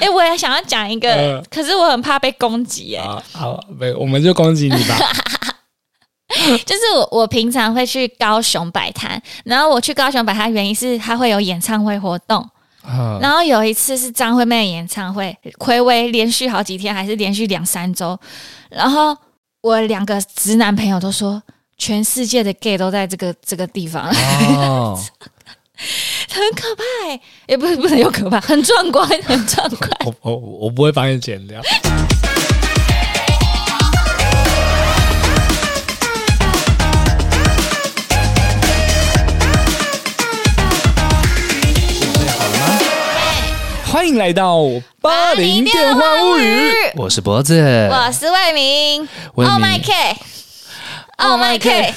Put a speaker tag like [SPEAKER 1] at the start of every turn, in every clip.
[SPEAKER 1] 哎、我也想要讲一个，
[SPEAKER 2] 呃
[SPEAKER 1] 可是我很怕被攻击、哎、
[SPEAKER 2] 啊，好，没，我们就攻击你吧。
[SPEAKER 1] 就是我我平常会去高雄摆摊，然后我去高雄摆摊原因是它会有演唱会活动，
[SPEAKER 2] 啊，
[SPEAKER 1] 然后有一次是张惠妹的演唱会，暌违连续好几天，还是连续两三周。然后我两个直男朋友都说，全世界的 gay 都在这个这个地方，很
[SPEAKER 2] 哦，
[SPEAKER 1] 可怕、欸。也不是不能有可怕，很壮观，很壮观。
[SPEAKER 2] 我我我不会帮你剪掉。欢迎来到八零电话物语，
[SPEAKER 3] 我是脖子，
[SPEAKER 1] 我是魏明
[SPEAKER 3] 魏明 Oh
[SPEAKER 1] ，Oh my K，Oh my K。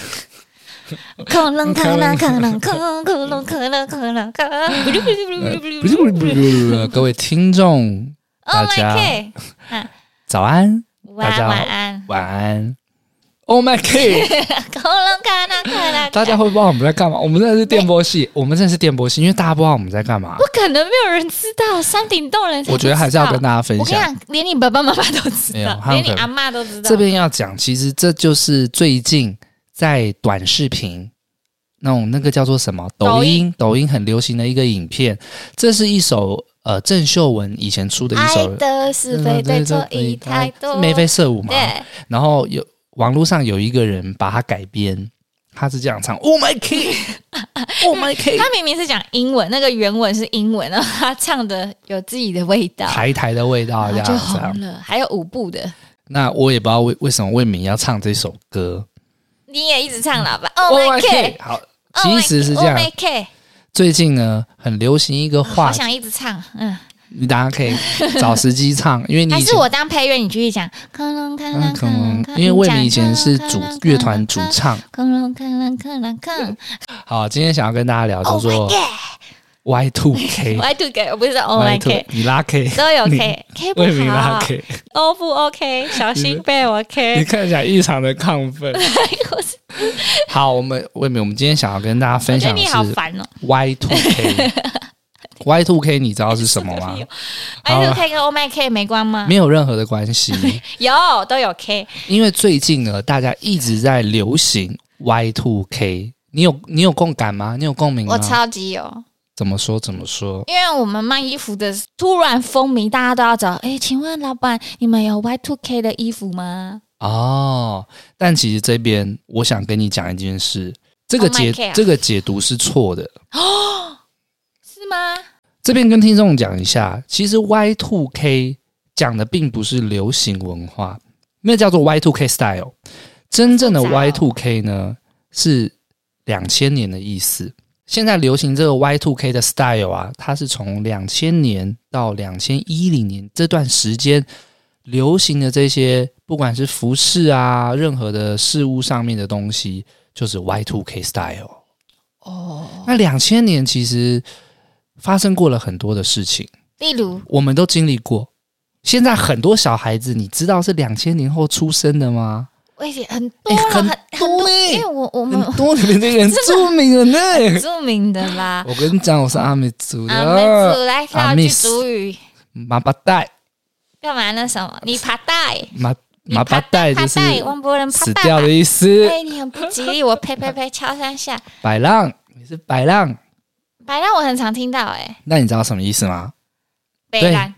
[SPEAKER 1] 恐龙，恐龙，恐龙，恐龙，恐龙，恐龙，恐龙，恐
[SPEAKER 3] 不是
[SPEAKER 1] 龙
[SPEAKER 3] 不是不是不是不是各位听众，
[SPEAKER 1] ，Oh
[SPEAKER 3] 大
[SPEAKER 1] my
[SPEAKER 3] 家
[SPEAKER 1] K，
[SPEAKER 3] 早安、
[SPEAKER 1] 晚
[SPEAKER 3] 大家好
[SPEAKER 1] 晚安。
[SPEAKER 3] 晚安，Oh my God！
[SPEAKER 1] 恐龙卡纳卡纳，
[SPEAKER 3] 大家会不知道我们在干嘛？我们真的是电波系，我们真的是电波系，因为大家不知道我们在干嘛
[SPEAKER 1] 不。可能没有人知道山顶洞人才知道。
[SPEAKER 3] 我觉得还是要跟大家分
[SPEAKER 1] 我跟你
[SPEAKER 3] 享。
[SPEAKER 1] 讲，连你爸爸妈妈都知
[SPEAKER 3] 没有
[SPEAKER 1] 道，
[SPEAKER 3] 他们
[SPEAKER 1] 连你
[SPEAKER 3] 可能
[SPEAKER 1] 阿妈都知道。
[SPEAKER 3] 这边要讲，其实这就是最近在短视频那种那个叫做什么
[SPEAKER 1] 抖
[SPEAKER 3] 抖
[SPEAKER 1] 音
[SPEAKER 3] 音，抖音很流行的一个影片。这是一首呃郑秀文以前出的一
[SPEAKER 1] 爱
[SPEAKER 3] 首嗯
[SPEAKER 1] 的是非对错已太多，
[SPEAKER 3] 眉飞啊色舞嘛。
[SPEAKER 1] 对，
[SPEAKER 3] 然后有网络上有一个人把它改编，他是这样唱：Oh my god, Oh my god，
[SPEAKER 1] 他明明是讲英文，那个原文是英文，然后他唱的有自己的味道，
[SPEAKER 3] 台台的味道这
[SPEAKER 1] 然后
[SPEAKER 3] 样
[SPEAKER 1] 就
[SPEAKER 3] 子啊。
[SPEAKER 1] 红了。还有舞步的，
[SPEAKER 3] 那我也不知道为为什么魏敏要唱这首歌。
[SPEAKER 1] 你也一直唱喇叭。Oh my
[SPEAKER 3] god，
[SPEAKER 1] god，
[SPEAKER 3] 好，其实是这样
[SPEAKER 1] Oh。my god，
[SPEAKER 3] 最近呢，很流行一个
[SPEAKER 1] 好
[SPEAKER 3] 话题，
[SPEAKER 1] 想一直唱，嗯，
[SPEAKER 3] 你大家可以找时机唱，因为你
[SPEAKER 1] 还
[SPEAKER 3] 以
[SPEAKER 1] 是
[SPEAKER 3] 前。
[SPEAKER 1] 我当配乐，你继续讲。恐龙卡纳
[SPEAKER 3] 嗯，
[SPEAKER 1] 卡
[SPEAKER 3] 可
[SPEAKER 1] 纳
[SPEAKER 3] 能
[SPEAKER 1] 卡，
[SPEAKER 3] 因为魏敏以前是
[SPEAKER 1] 讲
[SPEAKER 3] 主
[SPEAKER 1] 恐龙
[SPEAKER 3] 乐团主
[SPEAKER 1] 卡纳卡
[SPEAKER 3] 唱。
[SPEAKER 1] 恐龙看了看了看
[SPEAKER 3] 好，今天想要跟大家聊叫
[SPEAKER 1] ，Oh my
[SPEAKER 3] 做
[SPEAKER 1] God，
[SPEAKER 3] Y Two K。
[SPEAKER 1] 我 do K，我不是 Oh my K，
[SPEAKER 3] 你拉 K，
[SPEAKER 1] 都有
[SPEAKER 3] 你
[SPEAKER 1] K，K
[SPEAKER 2] 魏明
[SPEAKER 1] 不
[SPEAKER 2] 拉
[SPEAKER 1] 好
[SPEAKER 2] K，
[SPEAKER 1] ，O 不 OK，小心被我
[SPEAKER 2] 你
[SPEAKER 1] K。
[SPEAKER 2] 看起来异常的亢奋。
[SPEAKER 3] 好，我们魏敏，我们今天想要跟大家
[SPEAKER 1] 我
[SPEAKER 3] 分
[SPEAKER 1] 觉得
[SPEAKER 3] 享的
[SPEAKER 1] 你好
[SPEAKER 3] 是
[SPEAKER 1] 烦哦
[SPEAKER 3] Y two K。Y two K 你知道是什么吗？
[SPEAKER 1] ！I
[SPEAKER 3] 好
[SPEAKER 1] do
[SPEAKER 3] 了
[SPEAKER 1] K 跟 Oh my K 没关吗
[SPEAKER 3] 没？有任何的关 系，
[SPEAKER 1] 有，都有 K。
[SPEAKER 3] 因为最近呢，大家一直在流行 Y two K。你有你有共感吗？你有共鸣吗？
[SPEAKER 1] 我超级有，
[SPEAKER 3] 怎么说怎么说？
[SPEAKER 1] 因为我们卖衣服的突然风靡，大家都要找。哎，请问老板，你们有 Y two K 的衣服吗？
[SPEAKER 3] 哦，但其实这边我想跟你讲一件事，这个
[SPEAKER 1] Oh my
[SPEAKER 3] 解、
[SPEAKER 1] care
[SPEAKER 3] 这个解读是错的。
[SPEAKER 1] 是吗？
[SPEAKER 3] 这边跟听众讲一下，其实 Y two K 讲的并不是流行文化，那叫做 Y two K style。真正的
[SPEAKER 1] 复杂哦
[SPEAKER 3] Y two K 呢是两千年的意思。现在流行这个 Y two K 的 style 啊，它是从两千年到两千一零年这段时间流行的这些，不管是服饰啊，任何的事物上面的东西，就是 Y two K style。
[SPEAKER 1] 哦，
[SPEAKER 3] 那两千年其实发生过了很多的事情，
[SPEAKER 1] 例如
[SPEAKER 3] 我们都经历过。现在很多小孩子，你知道是两千年后出生的吗？
[SPEAKER 1] 我也很多
[SPEAKER 3] 哎
[SPEAKER 1] 了，
[SPEAKER 3] 很
[SPEAKER 1] 啊很
[SPEAKER 3] 多
[SPEAKER 1] 多，
[SPEAKER 3] 嘞
[SPEAKER 1] 因为我我们
[SPEAKER 3] 很多你们这个人著名的 呢。
[SPEAKER 1] 著名的啦，
[SPEAKER 3] 我跟你讲，我是阿美族
[SPEAKER 1] 啊，妹
[SPEAKER 3] 的，
[SPEAKER 1] 子来
[SPEAKER 3] 啊
[SPEAKER 1] 跳一句
[SPEAKER 3] ，miss
[SPEAKER 1] 主语，
[SPEAKER 3] 马巴代，
[SPEAKER 1] 干嘛那什么？你爬带，
[SPEAKER 3] 马
[SPEAKER 1] 你
[SPEAKER 3] 马巴代
[SPEAKER 1] 爬
[SPEAKER 3] 就是
[SPEAKER 1] 带，王博人爬
[SPEAKER 3] 死
[SPEAKER 1] 带
[SPEAKER 3] 掉
[SPEAKER 1] 吧
[SPEAKER 3] 的。意思。
[SPEAKER 1] 哎，你很不吉利，我呸呸呸敲三下。
[SPEAKER 3] 摆浪，你是摆浪，
[SPEAKER 1] 白兰我很常听到，哎，
[SPEAKER 3] 那你知道什么意思吗？
[SPEAKER 1] 北
[SPEAKER 3] 对
[SPEAKER 1] 兰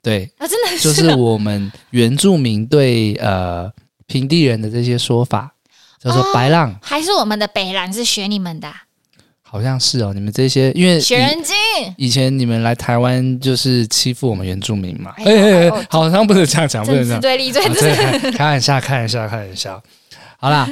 [SPEAKER 3] 对，
[SPEAKER 1] 啊，真的
[SPEAKER 3] 就是是我们原住民对呃平地人的这些说法，就说
[SPEAKER 1] 哦
[SPEAKER 3] 白浪。
[SPEAKER 1] 还是我们的北兰是学你们的啊
[SPEAKER 3] 好像是哎哦，你们这些因为
[SPEAKER 1] 学
[SPEAKER 3] 以
[SPEAKER 1] 人精，
[SPEAKER 3] 以前你们来台湾就是欺负我们原住民嘛，
[SPEAKER 1] 哎
[SPEAKER 2] 哎
[SPEAKER 1] 呦
[SPEAKER 2] 哎
[SPEAKER 1] 哦
[SPEAKER 2] 哎，好像不能这样讲，不能这
[SPEAKER 1] 政治
[SPEAKER 2] 样。
[SPEAKER 1] 对立最
[SPEAKER 3] 啊、这开开玩笑，开玩笑，开 玩笑。好啦，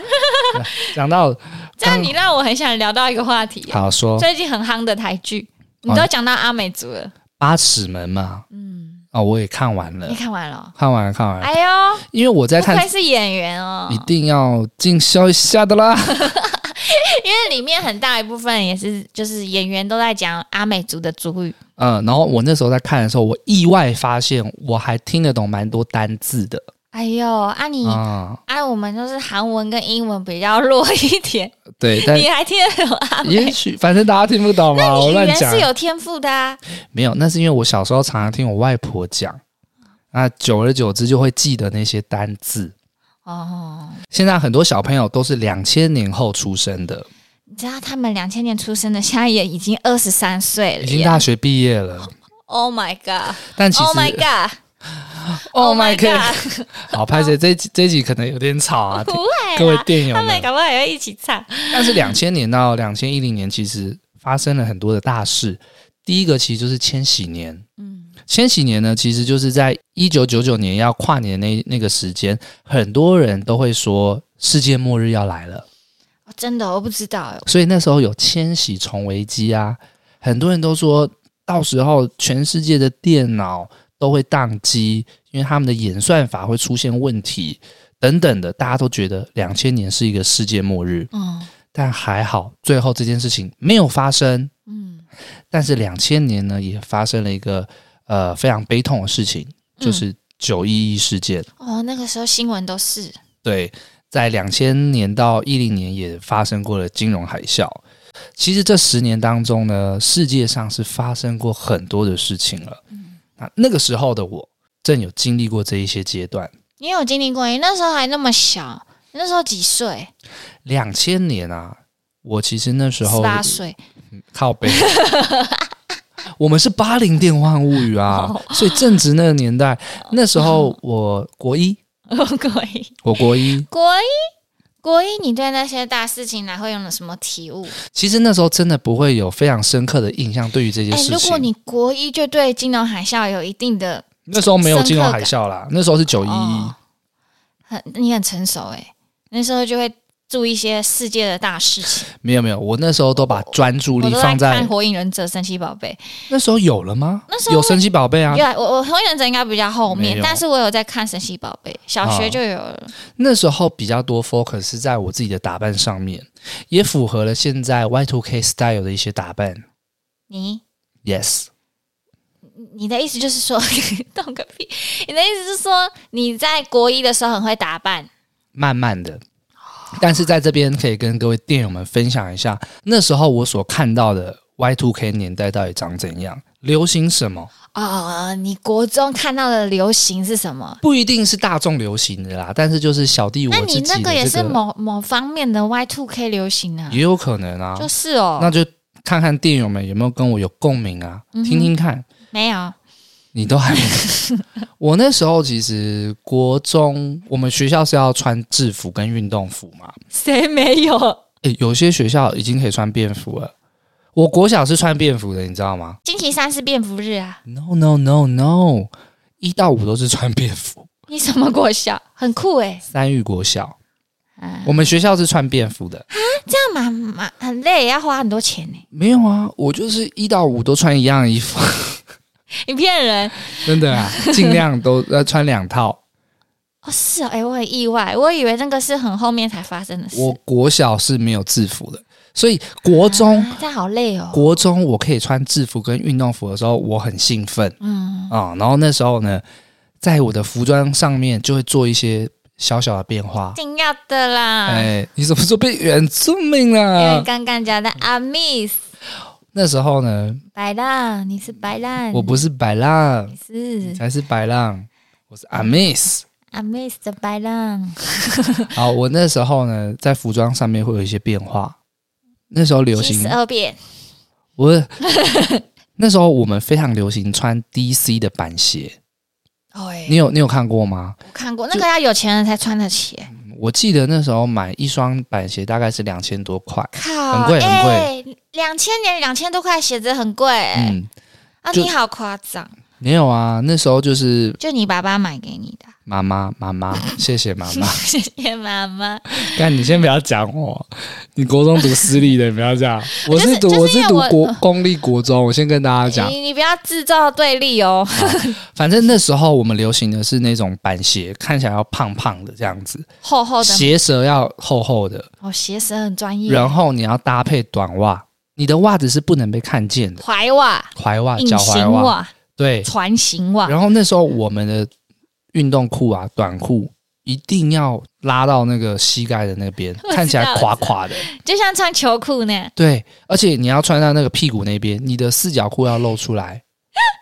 [SPEAKER 3] 讲到
[SPEAKER 1] 这样你让我很想聊到一个话题，哎
[SPEAKER 3] 好说
[SPEAKER 1] 最近很夯的台剧，你
[SPEAKER 3] 哦
[SPEAKER 1] 都讲到阿美族了，
[SPEAKER 3] 八尺门嘛，
[SPEAKER 1] 嗯，
[SPEAKER 3] 哦，我也看完了
[SPEAKER 1] 你，看完了？
[SPEAKER 3] 看完了，看完了，
[SPEAKER 1] 哎呦，
[SPEAKER 3] 因为我在
[SPEAKER 1] 不
[SPEAKER 3] 哎看
[SPEAKER 1] 愧，是演员哦，
[SPEAKER 3] 一定要进修一下的啦。
[SPEAKER 1] 因为里面很大一部分也是就是演员都在讲阿美族的族语，
[SPEAKER 3] 嗯，然后我那时候在看的时候，我意外发现我还听得懂蛮多单字的，
[SPEAKER 1] 哎呦，啊你，
[SPEAKER 3] 啊，
[SPEAKER 1] 啊我们就是韩文跟英文比较弱一点，
[SPEAKER 3] 对，但
[SPEAKER 1] 你还听得懂啊？
[SPEAKER 3] 也许反正大家听不懂嘛，哎我
[SPEAKER 1] 语
[SPEAKER 3] 乱
[SPEAKER 1] 言
[SPEAKER 3] 讲啊
[SPEAKER 1] 是。有天赋的啊。
[SPEAKER 3] 没有，那是因为我小时候常常听我外婆讲，那久而久之就会记得那些单字。
[SPEAKER 1] 哦，
[SPEAKER 3] 现在很多小朋友都是两千年后出生的，
[SPEAKER 1] 你知道他们两千年出生的，现在也已经二十三岁了
[SPEAKER 3] 已经
[SPEAKER 1] 耶
[SPEAKER 3] 大学毕业了，
[SPEAKER 1] Oh my god！
[SPEAKER 3] 但其实
[SPEAKER 1] Oh my god！
[SPEAKER 3] Oh my
[SPEAKER 1] god！
[SPEAKER 3] 好，拍谁？这一集这一集可能有点吵 啊，
[SPEAKER 1] 不会啦，
[SPEAKER 3] 各位电友
[SPEAKER 1] 他
[SPEAKER 3] 们
[SPEAKER 1] 们。搞不好也会一起唱。
[SPEAKER 3] 但是两千年到两千一零年，其实发生了很多的大事。第一个其实就是千禧年，
[SPEAKER 1] 嗯，
[SPEAKER 3] 千禧年呢，其实就是在一九九九年要跨年那那个时间，很多人都会说世界末日要来了，
[SPEAKER 1] 哦真的我不知道哎，
[SPEAKER 3] 所以那时候有千禧虫危机啊，很多人都说到时候全世界的电脑都会宕机，因为他们的演算法会出现问题等等的，大家都觉得两千年是一个世界末日，
[SPEAKER 1] 嗯
[SPEAKER 3] 但还好最后这件事情没有发生。
[SPEAKER 1] 嗯，
[SPEAKER 3] 但是两千年呢，也发生了一个呃非常悲痛的事情，就是九一一事件。
[SPEAKER 1] 哦，那个时候新闻都是，
[SPEAKER 3] 对，在两千年到一零年也发生过了金融海啸。其实这十年当中呢，世界上是发生过很多的事情了。
[SPEAKER 1] 嗯
[SPEAKER 3] 那那个时候的我正有经历过这一些阶段。
[SPEAKER 1] 你有经历过？你那时候还那么小，你那时候几岁？
[SPEAKER 3] 两千年啊，我其实那时候
[SPEAKER 1] 十八岁。
[SPEAKER 3] 靠背。我们是八零电幻物语啊
[SPEAKER 1] 哦，
[SPEAKER 3] 所以正值那个年代，那时候我国一，
[SPEAKER 1] 国一，
[SPEAKER 3] 我国一，
[SPEAKER 1] 国一，国一，你对那些大事情哪会有什么体悟？
[SPEAKER 3] 其实那时候真的不会有非常深刻的印象对于这件
[SPEAKER 1] 哎、
[SPEAKER 3] 事情。
[SPEAKER 1] 如果你国一就对金融海啸有一定的
[SPEAKER 3] 那时候没有金融海啸啦，那时候是九一一
[SPEAKER 1] 哦，很你很成熟哎、那时候就会注意一些世界的大事情。
[SPEAKER 3] 没有没有，我那时候都把专注
[SPEAKER 1] 我
[SPEAKER 3] 力
[SPEAKER 1] 都
[SPEAKER 3] 放
[SPEAKER 1] 看
[SPEAKER 3] 在
[SPEAKER 1] 《火影忍者》《神奇宝贝
[SPEAKER 3] 那时候有了吗？
[SPEAKER 1] 那时候
[SPEAKER 3] 有神奇宝贝》啊
[SPEAKER 1] 对，，我我《火影忍者》应该比较后
[SPEAKER 3] 没
[SPEAKER 1] 面
[SPEAKER 3] 有，啊
[SPEAKER 1] 但是我有在看《神奇宝贝》，小学就有了。
[SPEAKER 3] 那时候比较多 focus 是在我自己的打扮上面，也符合了现在 Y two K style 的一些打扮。
[SPEAKER 1] 你
[SPEAKER 3] Yes，
[SPEAKER 1] 你的意思就是说， 懂个屁！你的意思是说你在国一的时候很会打扮，
[SPEAKER 3] 慢慢的。但是在这边可以跟各位电友们分享一下，那时候我所看到的 Y two K 年代到底长怎样，流行什么，
[SPEAKER 1] 哦，你国中看到的流行是什么？
[SPEAKER 3] 不一定是大众流行的啦，但是就是小弟我
[SPEAKER 1] 那
[SPEAKER 3] 自己
[SPEAKER 1] 你
[SPEAKER 3] 的
[SPEAKER 1] 那
[SPEAKER 3] 这
[SPEAKER 1] 个也是啊某某方面的 Y two K 流行啊，
[SPEAKER 3] 也有可能啊，
[SPEAKER 1] 就是哦，
[SPEAKER 3] 那就看看电友们有没有跟我有共鸣啊，
[SPEAKER 1] 嗯哼
[SPEAKER 3] 听听看，
[SPEAKER 1] 没有，
[SPEAKER 3] 你 都还没。我那时候其实国中，我们学校是要穿制服跟运动服嘛，
[SPEAKER 1] 谁没有？
[SPEAKER 3] 诶有些学校已经可以穿便服了。我国小是穿便服的，你知道吗？
[SPEAKER 1] 星期三是便服日啊，
[SPEAKER 3] No no no no，一到五都是穿便服。
[SPEAKER 1] 你什么国小？很酷哎、
[SPEAKER 3] 三育国小，
[SPEAKER 1] 啊，
[SPEAKER 3] 我们学校是穿便服的。
[SPEAKER 1] 这样蛮蛮很累，要花很多钱呢、
[SPEAKER 3] 没有啊，我就是一到五都穿一样的衣服，
[SPEAKER 1] 你骗人
[SPEAKER 3] 真的啊，尽量都呃穿两套。
[SPEAKER 1] 哦，是哦，哎、我很意外，我以为那个是很后面才发生的事。
[SPEAKER 3] 我国小是没有制服的，所以国中、
[SPEAKER 1] 啊、这样好累哦，
[SPEAKER 3] 国中我可以穿制服跟运动服的时候，我很兴奋
[SPEAKER 1] 嗯，
[SPEAKER 3] 啊、然后那时候呢，在我的服装上面就会做一些小小的变化
[SPEAKER 1] 一。定要的啦。
[SPEAKER 3] 哎，你什么时候被原住民
[SPEAKER 1] 因
[SPEAKER 3] 了、
[SPEAKER 1] 为刚刚讲的阿 miss
[SPEAKER 3] 啊那时候呢，
[SPEAKER 1] 白浪，你是白浪，
[SPEAKER 3] 我不是白浪，
[SPEAKER 1] 你是
[SPEAKER 3] 才是白浪，我是阿 miss。
[SPEAKER 1] 阿 miss 的白浪。
[SPEAKER 3] 好，我那时候呢，在服装上面会有一些变化。那时候流
[SPEAKER 1] 七
[SPEAKER 3] 行
[SPEAKER 1] 十，二变，
[SPEAKER 3] 我那时候我们非常流行穿 DC 的板鞋，
[SPEAKER 1] 哎
[SPEAKER 3] 你有你有看过吗？
[SPEAKER 1] 我看过那个要有钱人才穿得起，
[SPEAKER 3] 我记得那时候买一双板鞋大概是两千多块，
[SPEAKER 1] 靠，
[SPEAKER 3] 很贵很
[SPEAKER 1] 贵，哎两千年两千多块鞋子很贵、
[SPEAKER 3] 嗯，
[SPEAKER 1] 啊，
[SPEAKER 3] 就
[SPEAKER 1] 你好夸张，
[SPEAKER 3] 没有啊，那时候就是
[SPEAKER 1] 就你爸爸买给你的，
[SPEAKER 3] 妈妈妈妈，谢谢妈妈。
[SPEAKER 1] 谢谢妈妈。
[SPEAKER 3] 但你先不要讲我，你国中读私立的，你不要这样。我是读、
[SPEAKER 1] 哎就是因为
[SPEAKER 3] 我
[SPEAKER 1] 我哎
[SPEAKER 3] 是读 国公立国中，我先跟大家讲，
[SPEAKER 1] 你你不要制造对立哦，
[SPEAKER 3] 反正那时候我们流行的是那种板鞋，看起来要胖胖的这样子，
[SPEAKER 1] 厚厚的
[SPEAKER 3] 鞋舌要厚厚的，
[SPEAKER 1] 哦，鞋舌很专业，
[SPEAKER 3] 然后你要搭配短袜，你的袜子是不能被看见的，
[SPEAKER 1] 踝袜、
[SPEAKER 3] 踝袜、
[SPEAKER 1] 隐
[SPEAKER 3] 脚踝
[SPEAKER 1] 形
[SPEAKER 3] 袜，
[SPEAKER 1] 啊袜、
[SPEAKER 3] 对。
[SPEAKER 1] 船型袜，
[SPEAKER 3] 然后那时候我们的运动裤啊、短裤一定要拉到那个膝盖的那边，看起来垮垮的。
[SPEAKER 1] 就像穿球裤呢，
[SPEAKER 3] 对，而且你要穿到那个屁股那边，你的四角裤要露出来。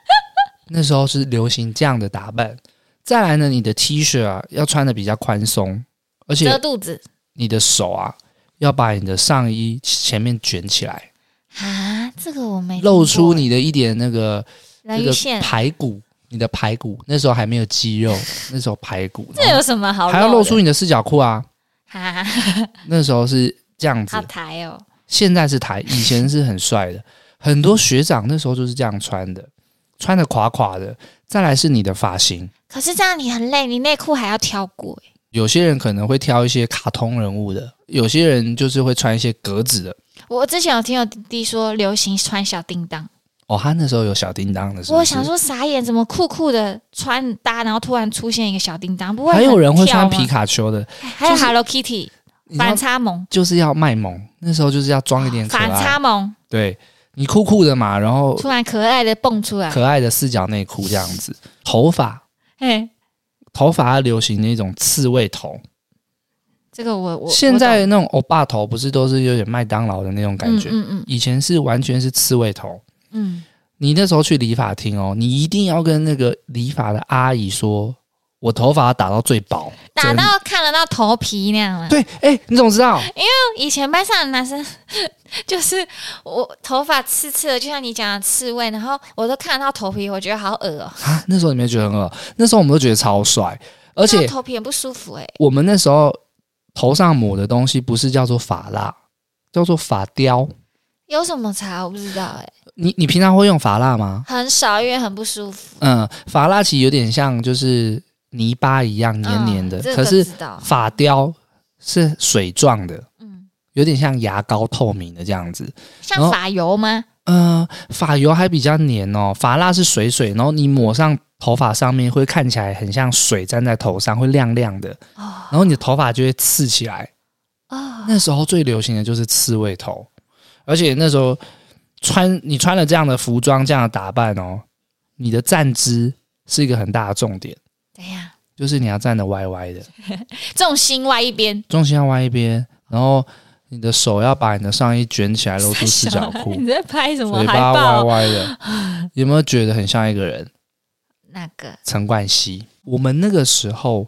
[SPEAKER 3] 那时候是流行这样的打扮。再来呢，你的 T 恤啊要穿的比较宽松，而且
[SPEAKER 1] 遮肚子
[SPEAKER 3] 你的手啊要把你的上衣前面卷起来，
[SPEAKER 1] 啊，这个我没
[SPEAKER 3] 露
[SPEAKER 1] 听过
[SPEAKER 3] 出你的一点那个
[SPEAKER 1] 人
[SPEAKER 3] 那
[SPEAKER 1] 鱼
[SPEAKER 3] 个
[SPEAKER 1] 线，
[SPEAKER 3] 排骨，你的排骨那时候还没有肌 肉，那时候排骨，
[SPEAKER 1] 这有什么好
[SPEAKER 3] 还要露
[SPEAKER 1] 的
[SPEAKER 3] 出你的四角裤啊。
[SPEAKER 1] 啊？
[SPEAKER 3] 那时候是这样子
[SPEAKER 1] 好，抬哦，
[SPEAKER 3] 现在是台，以前是很帅的。很多学长那时候就是这样穿的，穿的垮垮的。再来是你的发型，
[SPEAKER 1] 可是这样你很累，你内裤还要挑过、欸
[SPEAKER 3] 有些人可能会挑一些卡通人物的，有些人就是会穿一些格子的。
[SPEAKER 1] 我之前有听我弟弟说流行穿小叮当，
[SPEAKER 3] 哦，他那时候有小叮当的是不是，
[SPEAKER 1] 我想说傻眼，怎么酷酷的穿很搭，然后突然出现一个小叮当，不会
[SPEAKER 3] 还有人会穿
[SPEAKER 1] 很跳
[SPEAKER 3] 皮
[SPEAKER 1] 吗，
[SPEAKER 3] 卡丘的，
[SPEAKER 1] 还有 Hello Kitty
[SPEAKER 3] 你知道
[SPEAKER 1] 反差萌，
[SPEAKER 3] 就是要卖萌，那时候就是要装一点可
[SPEAKER 1] 反差
[SPEAKER 3] 爱。
[SPEAKER 1] 萌，
[SPEAKER 3] 对你酷酷的嘛，然后
[SPEAKER 1] 突然可爱的蹦出来，
[SPEAKER 3] 可爱的四角内裤这样子，头发
[SPEAKER 1] 嘿，
[SPEAKER 3] 头发还流行那种刺猬头，
[SPEAKER 1] 这个我我
[SPEAKER 3] 现
[SPEAKER 1] 我
[SPEAKER 3] 在那种欧巴头不是都是有点麦当劳的那种
[SPEAKER 1] 懂
[SPEAKER 3] 感觉，
[SPEAKER 1] 嗯嗯
[SPEAKER 3] 以前是完全是刺猬头。
[SPEAKER 1] 嗯
[SPEAKER 3] 你那时候去理发厅哦，你一定要跟那个理发的阿姨说，我头发要打到最薄，
[SPEAKER 1] 嗯，打
[SPEAKER 3] 真的
[SPEAKER 1] 到看得到头皮那样了。
[SPEAKER 3] 对，哎、你怎么知道？
[SPEAKER 1] 以前班上的男生 就是我头发刺刺的，就像你讲的刺猬，然后我都看得到头皮，我觉得好恶哦、
[SPEAKER 3] 啊，那时候你没觉得很恶？那时候我们都觉得超帅，而
[SPEAKER 1] 看
[SPEAKER 3] 且
[SPEAKER 1] 到头皮很不舒服哎、
[SPEAKER 3] 我们那时候头上抹的东西不是叫做发蜡，叫做发雕。
[SPEAKER 1] 有什么茶我不知道哎、
[SPEAKER 3] 你你平常会用发蜡吗？
[SPEAKER 1] 很少，因为很不舒服，
[SPEAKER 3] 嗯，发蜡其实有点像就是泥巴一样黏黏的，
[SPEAKER 1] 嗯这个
[SPEAKER 3] 可是
[SPEAKER 1] 知道，
[SPEAKER 3] 发雕是水状的，
[SPEAKER 1] 嗯，
[SPEAKER 3] 有点像牙膏透明的这样子。然
[SPEAKER 1] 像
[SPEAKER 3] 后
[SPEAKER 1] 发油吗？
[SPEAKER 3] 呃，发油还比较黏哦，发蜡是水水，然后你抹上头发上面会看起来很像水沾在头上，会亮亮的，
[SPEAKER 1] 哦
[SPEAKER 3] 然后你的头发就会刺起来。
[SPEAKER 1] 哦，
[SPEAKER 3] 那时候最流行的就是刺猬头，而且那时候穿你穿了这样的服装、这样的打扮哦，你的站姿是一个很大的重点，
[SPEAKER 1] 怎样？
[SPEAKER 3] 就是你要站得歪歪的，
[SPEAKER 1] 重心歪一边，
[SPEAKER 3] 重心要歪一边，然后你的手要把你的上衣卷起来，露出四角裤，
[SPEAKER 1] 你在拍什么
[SPEAKER 3] 嘴
[SPEAKER 1] 海
[SPEAKER 3] 巴歪
[SPEAKER 1] 报？
[SPEAKER 3] 歪的，有没有觉得很像一个人？
[SPEAKER 1] 那个
[SPEAKER 3] 陈冠希，我们那个时候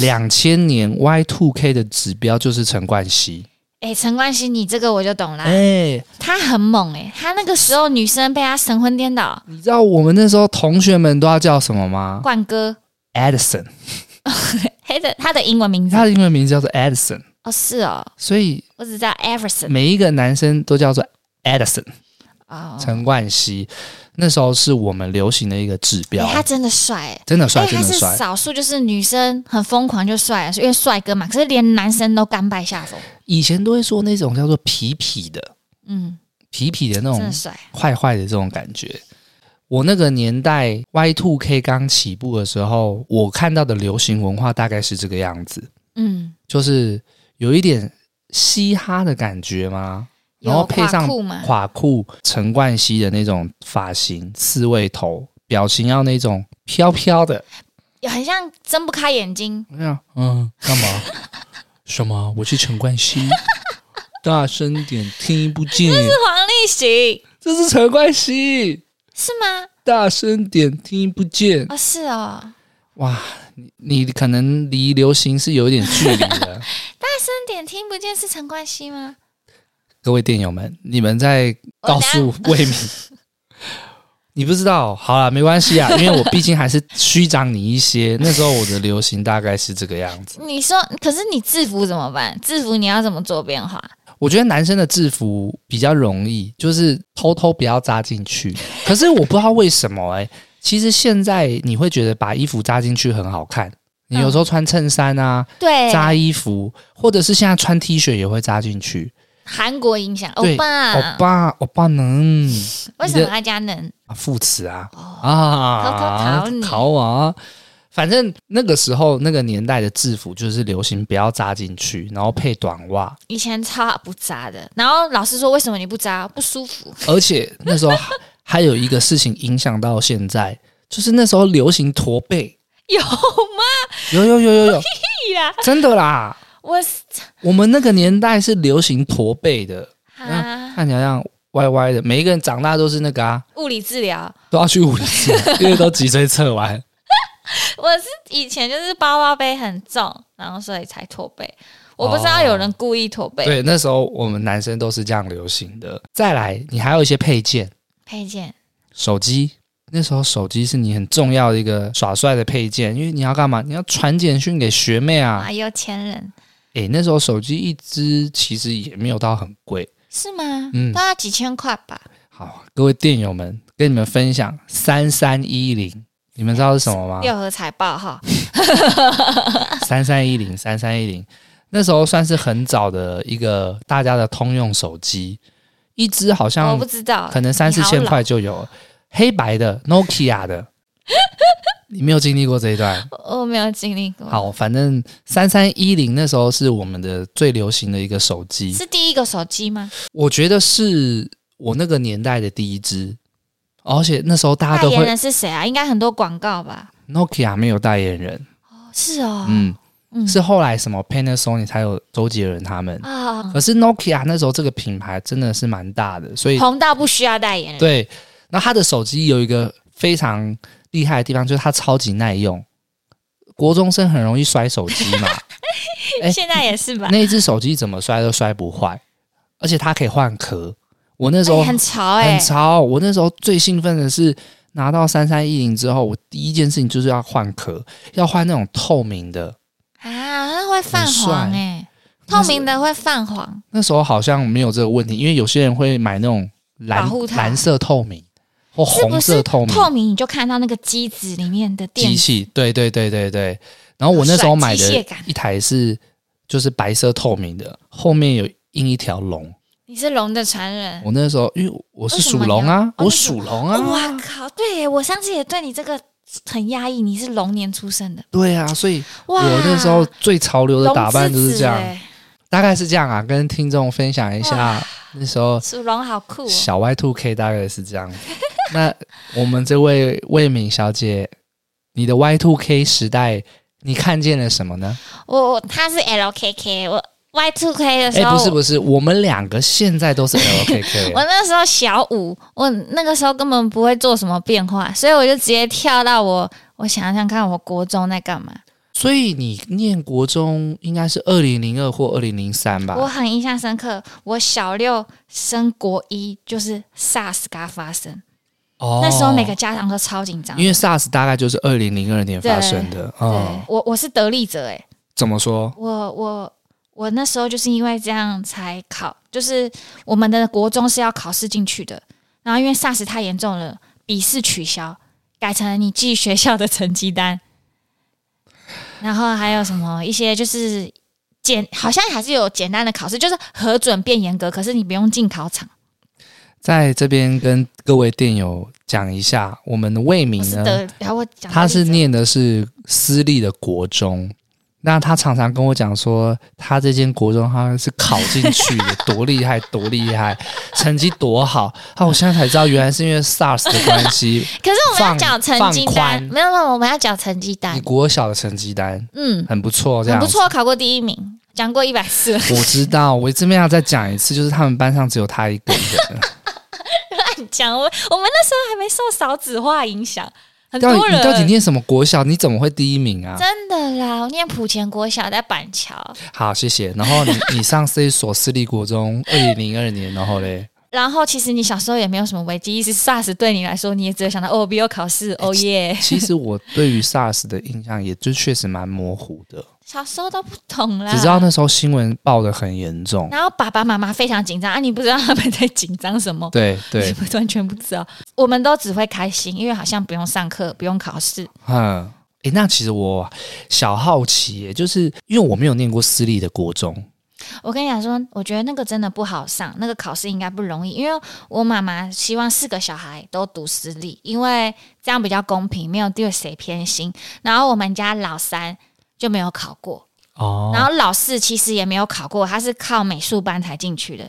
[SPEAKER 3] 两千年 Y Two K 的指标就是陈 冠希，
[SPEAKER 1] 哎，陈冠希，你这个我就懂啦
[SPEAKER 3] 哎、。
[SPEAKER 1] 他很猛哎、他那个时候女生被他神魂颠倒，
[SPEAKER 3] 你知道我们那时候同学们都要叫什么吗
[SPEAKER 1] 冠哥，
[SPEAKER 3] ？Edison，
[SPEAKER 1] 黑的他的英文名字
[SPEAKER 3] 他的英文名字叫做 Edison，
[SPEAKER 1] 哦是哦，
[SPEAKER 3] 所以
[SPEAKER 1] 我只知道 Everson
[SPEAKER 3] 每一个男生都叫做 Edison，
[SPEAKER 1] 哦，
[SPEAKER 3] 陈冠希。那时候是我们流行的一个指标
[SPEAKER 1] 哎，他真的帅、欸。
[SPEAKER 3] 真的帅，
[SPEAKER 1] 哎，
[SPEAKER 3] 真
[SPEAKER 1] 他
[SPEAKER 3] 的
[SPEAKER 1] 是
[SPEAKER 3] 帅。
[SPEAKER 1] 少数，就是女生很疯狂就帅了，啊因为帅哥嘛。可是连男生都甘拜下风，
[SPEAKER 3] 以前都会说那种叫做痞痞的、
[SPEAKER 1] 嗯，
[SPEAKER 3] 痞痞的那
[SPEAKER 1] 真的
[SPEAKER 3] 种
[SPEAKER 1] 帅。
[SPEAKER 3] 坏坏的这种感觉。我那个年代 Y Two K 刚起步的时候，我看到的流行文化大概是这个样子，
[SPEAKER 1] 嗯，
[SPEAKER 3] 就是有一点嘻哈的感觉吗？
[SPEAKER 1] 有
[SPEAKER 3] 然后配上
[SPEAKER 1] 垮裤嘛，
[SPEAKER 3] 垮裤、陈冠希的那种发型、刺猬头，表情要那种飘飘的。
[SPEAKER 1] 很像睁不开眼睛。
[SPEAKER 3] 那样嗯，干嘛？ 什么？我是陈冠 希，大声点，听不见。
[SPEAKER 1] 黄立行
[SPEAKER 3] 这是陈冠希，
[SPEAKER 1] 是吗？
[SPEAKER 3] 大声点，听不见。
[SPEAKER 1] 哦，是哦，
[SPEAKER 3] 哇，你你可能离流行是有一点距离的。
[SPEAKER 1] 真点听不见是陈冠希吗？
[SPEAKER 3] 各位电友们，你们在告诉魏明， 你不知道，好了，没关系啊，因为我毕竟还是虚长你一些。那时候我的流行大概是这个样子。
[SPEAKER 1] 你说，可是你制服怎么办？制服你要怎么做变化？
[SPEAKER 3] 我觉得男生的制服比较容易，就是偷偷不要扎进去。可是我不知道为什么哎、其实现在你会觉得把衣服扎进去很好看。你有时候穿衬衫啊，
[SPEAKER 1] 嗯对，
[SPEAKER 3] 扎衣服，或者是现在穿 T 恤也会扎进去。
[SPEAKER 1] 韩国影响，欧
[SPEAKER 3] 对
[SPEAKER 1] 巴，啊
[SPEAKER 3] 欧，巴，欧巴能
[SPEAKER 1] 为什么
[SPEAKER 3] 你的
[SPEAKER 1] 他家能？
[SPEAKER 3] 啊，副词啊、
[SPEAKER 1] 哦偷偷
[SPEAKER 3] 啊
[SPEAKER 1] 逃，你
[SPEAKER 3] 逃啊！反正那个时候那个年代的制服就是流行不要扎进去，然后配短袜，
[SPEAKER 1] 以前超不扎的，然后老师说为什么你不扎？不舒服。
[SPEAKER 3] 而且那时候还有一个事情影响到现在，就是那时候流行驼背，
[SPEAKER 1] 有吗？
[SPEAKER 3] 有有有有有，
[SPEAKER 1] 屁啦！
[SPEAKER 3] 真的啦！
[SPEAKER 1] 我是
[SPEAKER 3] 我们那个年代是流行驼背的，
[SPEAKER 1] 啊，
[SPEAKER 3] 看起来像歪歪的。每一个人长大都是那个啊，
[SPEAKER 1] 物理治疗，
[SPEAKER 3] 都要去物理治疗，因为都脊椎侧弯。
[SPEAKER 1] 我是以前就是包包背很重，然后所以才驼背。我不知道有人故意驼背、
[SPEAKER 3] 对，那时候我们男生都是这样流行的。再来，你还有一些配件，
[SPEAKER 1] 配件，
[SPEAKER 3] 手机。那时候手机是你很重要的一个耍帅的配件，因为你要干嘛？你要传简讯给学妹啊
[SPEAKER 1] 啊，。有钱人
[SPEAKER 3] 诶、那时候手机一支其实也没有到很贵。
[SPEAKER 1] 是吗？
[SPEAKER 3] 嗯
[SPEAKER 1] 都要几千块吧？
[SPEAKER 3] 好，各位电友们，跟你们分享三三一零，你们知道是什么吗？
[SPEAKER 1] 六合彩报哈，
[SPEAKER 3] 三三一零，三三一零，那时候算是很早的一个大家的通用手机，一只好
[SPEAKER 1] 我
[SPEAKER 3] 像
[SPEAKER 1] 不知道，
[SPEAKER 3] 可能三四千
[SPEAKER 1] 你好
[SPEAKER 3] 块就有了，黑白的 Nokia 的，你没有经历过这一段。
[SPEAKER 1] 老，我没有经历过。
[SPEAKER 3] 好，反正三三一零那时候是我们的最流行的一个手机，
[SPEAKER 1] 是第一个手机吗？
[SPEAKER 3] 我觉得是我那个年代的第一支，而且那时候大家
[SPEAKER 1] 代
[SPEAKER 3] 都
[SPEAKER 1] 言
[SPEAKER 3] 会
[SPEAKER 1] 人是谁啊？应该很多广告吧？
[SPEAKER 3] Nokia 没有代言人，
[SPEAKER 1] 哦是哦，
[SPEAKER 3] 嗯，
[SPEAKER 1] 嗯
[SPEAKER 3] 是后来什么 Panasonic 才有周杰伦他们，
[SPEAKER 1] 啊，
[SPEAKER 3] 可是 Nokia 那时候这个品牌真的是蛮大的，所以
[SPEAKER 1] 红到不需要代言人。
[SPEAKER 3] 对，那它的手机有一个非常厉害的地方，就是它超级耐用。国中生很容易摔手机 嘛，哎
[SPEAKER 1] 现在也是吧？
[SPEAKER 3] 那一只手机怎么摔都摔不坏，而且它可以换壳。我那时
[SPEAKER 1] 哎
[SPEAKER 3] 候
[SPEAKER 1] 很潮哎、
[SPEAKER 3] 很潮，我那时候最兴奋的是拿到三三一零之后，我第一件事情就是要换壳，要换那种透明的。
[SPEAKER 1] 啊，那会泛黄
[SPEAKER 3] 很帅
[SPEAKER 1] 哎、透明的会泛黄，
[SPEAKER 3] 那时候好像没有这个问题，因为有些人会买那种蓝
[SPEAKER 1] 保护套
[SPEAKER 3] 蓝色透明或
[SPEAKER 1] 是
[SPEAKER 3] 红
[SPEAKER 1] 不
[SPEAKER 3] 色
[SPEAKER 1] 是
[SPEAKER 3] 透明
[SPEAKER 1] 透明你就看到那个机子里面的电
[SPEAKER 3] 机
[SPEAKER 1] 子
[SPEAKER 3] 器。对对对对对。然后我那时候买
[SPEAKER 1] 好帅机械
[SPEAKER 3] 的
[SPEAKER 1] 感
[SPEAKER 3] 一台是就是白色透明的，后面有印一条龙。
[SPEAKER 1] 你是龙的传人。
[SPEAKER 3] 我那时候因为我是
[SPEAKER 1] 为什
[SPEAKER 3] 属
[SPEAKER 1] 么
[SPEAKER 3] 龙
[SPEAKER 1] 你
[SPEAKER 3] 啊，
[SPEAKER 1] 要哦
[SPEAKER 3] 我
[SPEAKER 1] 你属
[SPEAKER 3] 属龙
[SPEAKER 1] 哇、
[SPEAKER 3] 啊，
[SPEAKER 1] 靠！对耶，我上次也对你这个很压抑，你是龙年出生的。
[SPEAKER 3] 对啊，所以
[SPEAKER 1] 哇，
[SPEAKER 3] 我那时候最潮流的
[SPEAKER 1] 龙
[SPEAKER 3] 打扮
[SPEAKER 1] 之
[SPEAKER 3] 就是
[SPEAKER 1] 子哎
[SPEAKER 3] 这样。
[SPEAKER 1] 耶
[SPEAKER 3] 大概是这样啊，跟听众分享一下
[SPEAKER 1] 哇
[SPEAKER 3] 那时候
[SPEAKER 1] 属龙好酷、哦。
[SPEAKER 3] 小 Y Two K 大概是 这样。那我们这位魏敏小姐，你的 Y Two K 时代，你看见了什么呢？
[SPEAKER 1] 我我他是 LKK，我 Y two K 的
[SPEAKER 3] 哎、
[SPEAKER 1] 时候，
[SPEAKER 3] 不是不是，我们两个现在 都是 L K K，
[SPEAKER 1] 我那时候小五，我那个时候根本不会做什么变化，所以我就直接跳到我，我想想看，我国中在干嘛？
[SPEAKER 3] 所以你念国中应该是二零零二或二零零三
[SPEAKER 1] 我
[SPEAKER 3] 吧？
[SPEAKER 1] 很印象深刻，我小六升国一，就是 SARS 刚发生，
[SPEAKER 3] 哦
[SPEAKER 1] 那时候每个家长都超紧张。
[SPEAKER 3] 因为 SARS 大概就是二零零二年发生的，
[SPEAKER 1] 对
[SPEAKER 3] 嗯，，
[SPEAKER 1] 我我是得利者哎、
[SPEAKER 3] 怎么说？
[SPEAKER 1] 我我我那时候就是因为这样才考，就是我们的国中是要考试进去的，然后因为 SARS 太严重了，笔试取消，改成了你记学校的成绩单，然后还有什么一些就是简，好像还是有简单的考试，就是核准变严格，可是你不用进考场。
[SPEAKER 3] 在这边跟各位电友讲一下，我们的魏敏
[SPEAKER 1] 我是
[SPEAKER 3] 呢，
[SPEAKER 1] 得，然后我讲
[SPEAKER 3] 他是
[SPEAKER 1] 得利者
[SPEAKER 3] 念的是私立的国中，那他常常跟我讲说，他这间国中他是考进去的，多厉害，多厉 害，成绩多好。啊，我现在才知道，原来是因为 SARS 的关 系，
[SPEAKER 1] 可是我们要
[SPEAKER 3] 放
[SPEAKER 1] 讲成绩
[SPEAKER 3] 放
[SPEAKER 1] 单，
[SPEAKER 3] 宽
[SPEAKER 1] 没有没有，我们要讲成绩
[SPEAKER 3] 你
[SPEAKER 1] 单，
[SPEAKER 3] 国小的成绩单
[SPEAKER 1] 嗯，
[SPEAKER 3] 很不错，这
[SPEAKER 1] 很
[SPEAKER 3] 样
[SPEAKER 1] 不。错，考过第一名，讲过一百次了，
[SPEAKER 3] 我知道，我这边要再讲一次，就是他们班上只有他一个人，
[SPEAKER 1] 乱讲，我我们那时候还没受少子化影响， 很
[SPEAKER 3] 到
[SPEAKER 1] 多
[SPEAKER 3] 底你到底
[SPEAKER 1] 人。
[SPEAKER 3] 念什么国小？你怎么会第一名啊？
[SPEAKER 1] 真的啦，我念莆田国小在板桥，
[SPEAKER 3] 好，谢谢。然后你你上是一所私立国中， 二零零二年，然后嘞，
[SPEAKER 1] 然后其实你小时候也没有什么危机意识，SARS 对你来说，你也只有想到哦，必要考试，
[SPEAKER 3] 哎
[SPEAKER 1] 哦耶，
[SPEAKER 3] 其实我对于 SARS 的印象也就确实蛮模糊的，
[SPEAKER 1] 小时候都不懂啦。
[SPEAKER 3] 只知道那时候新闻报的很严重。
[SPEAKER 1] 然后爸爸妈妈非常紧张啊，你不知道他们在紧张什么，
[SPEAKER 3] 对
[SPEAKER 1] 你
[SPEAKER 3] 对，
[SPEAKER 1] 们完全不知道。我们都只会开心，因为好像不用上课，不用考试。
[SPEAKER 3] 嗯，诶，那其实我小好奇耶，就是因为我没有念过私立的国中，
[SPEAKER 1] 我跟你讲说，我觉得那个真的不好上，那个考试应该不容易，因为我妈妈希望四个小孩都读私立，因为这样比较公平，没有对谁偏心。然后我们家老三就没有考过，
[SPEAKER 3] 哦
[SPEAKER 1] 然后老四其实也没有考过，他是靠美术班才进去的。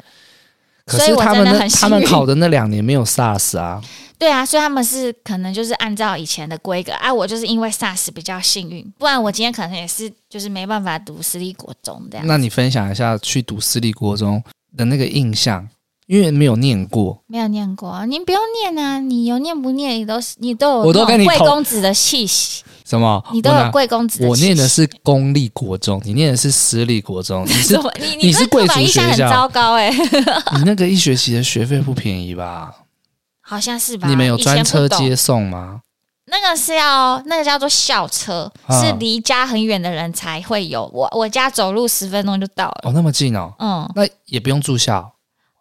[SPEAKER 3] 可
[SPEAKER 1] 所以
[SPEAKER 3] 是
[SPEAKER 1] 我
[SPEAKER 3] 他
[SPEAKER 1] 真
[SPEAKER 3] 们
[SPEAKER 1] 的
[SPEAKER 3] 那
[SPEAKER 1] 很
[SPEAKER 3] 他
[SPEAKER 1] 幸
[SPEAKER 3] 们
[SPEAKER 1] 运
[SPEAKER 3] 考的那两年没有 SARS 啊，
[SPEAKER 1] 对啊，所以他们是可能就是按照以前的规格啊，我就是因为 SARS 比较幸运，不然我今天可能也是就是没办法读私立国中这样。
[SPEAKER 3] 那你分享一下去读私立国中的那个印象，因为没有念过，
[SPEAKER 1] 没有念过，你不用念啊，你有念不念，你都是你都有
[SPEAKER 3] 我都跟你
[SPEAKER 1] 那种
[SPEAKER 3] 同
[SPEAKER 1] 贵公子的气息，
[SPEAKER 3] 什么？
[SPEAKER 1] 你都
[SPEAKER 3] 我
[SPEAKER 1] 有
[SPEAKER 3] 哪
[SPEAKER 1] 贵公子的气息。
[SPEAKER 3] 我 念的是公立国中，你念的是私立国中，你是
[SPEAKER 1] 怎么，你
[SPEAKER 3] 你
[SPEAKER 1] 这
[SPEAKER 3] 是贵
[SPEAKER 1] 刻板
[SPEAKER 3] 族
[SPEAKER 1] 印象
[SPEAKER 3] 学
[SPEAKER 1] 很
[SPEAKER 3] 校
[SPEAKER 1] 糟糕哎、
[SPEAKER 3] 你那个一学期的学费不便宜吧？
[SPEAKER 1] 好像是吧？
[SPEAKER 3] 你们有专车
[SPEAKER 1] 以前不懂
[SPEAKER 3] 接送吗？
[SPEAKER 1] 那个是要那个叫做校车，
[SPEAKER 3] 啊
[SPEAKER 1] 是离家很远的人才会有。我我家走路十分钟就到了。
[SPEAKER 3] 哦，那么近哦，
[SPEAKER 1] 嗯，
[SPEAKER 3] 那也不用住 校，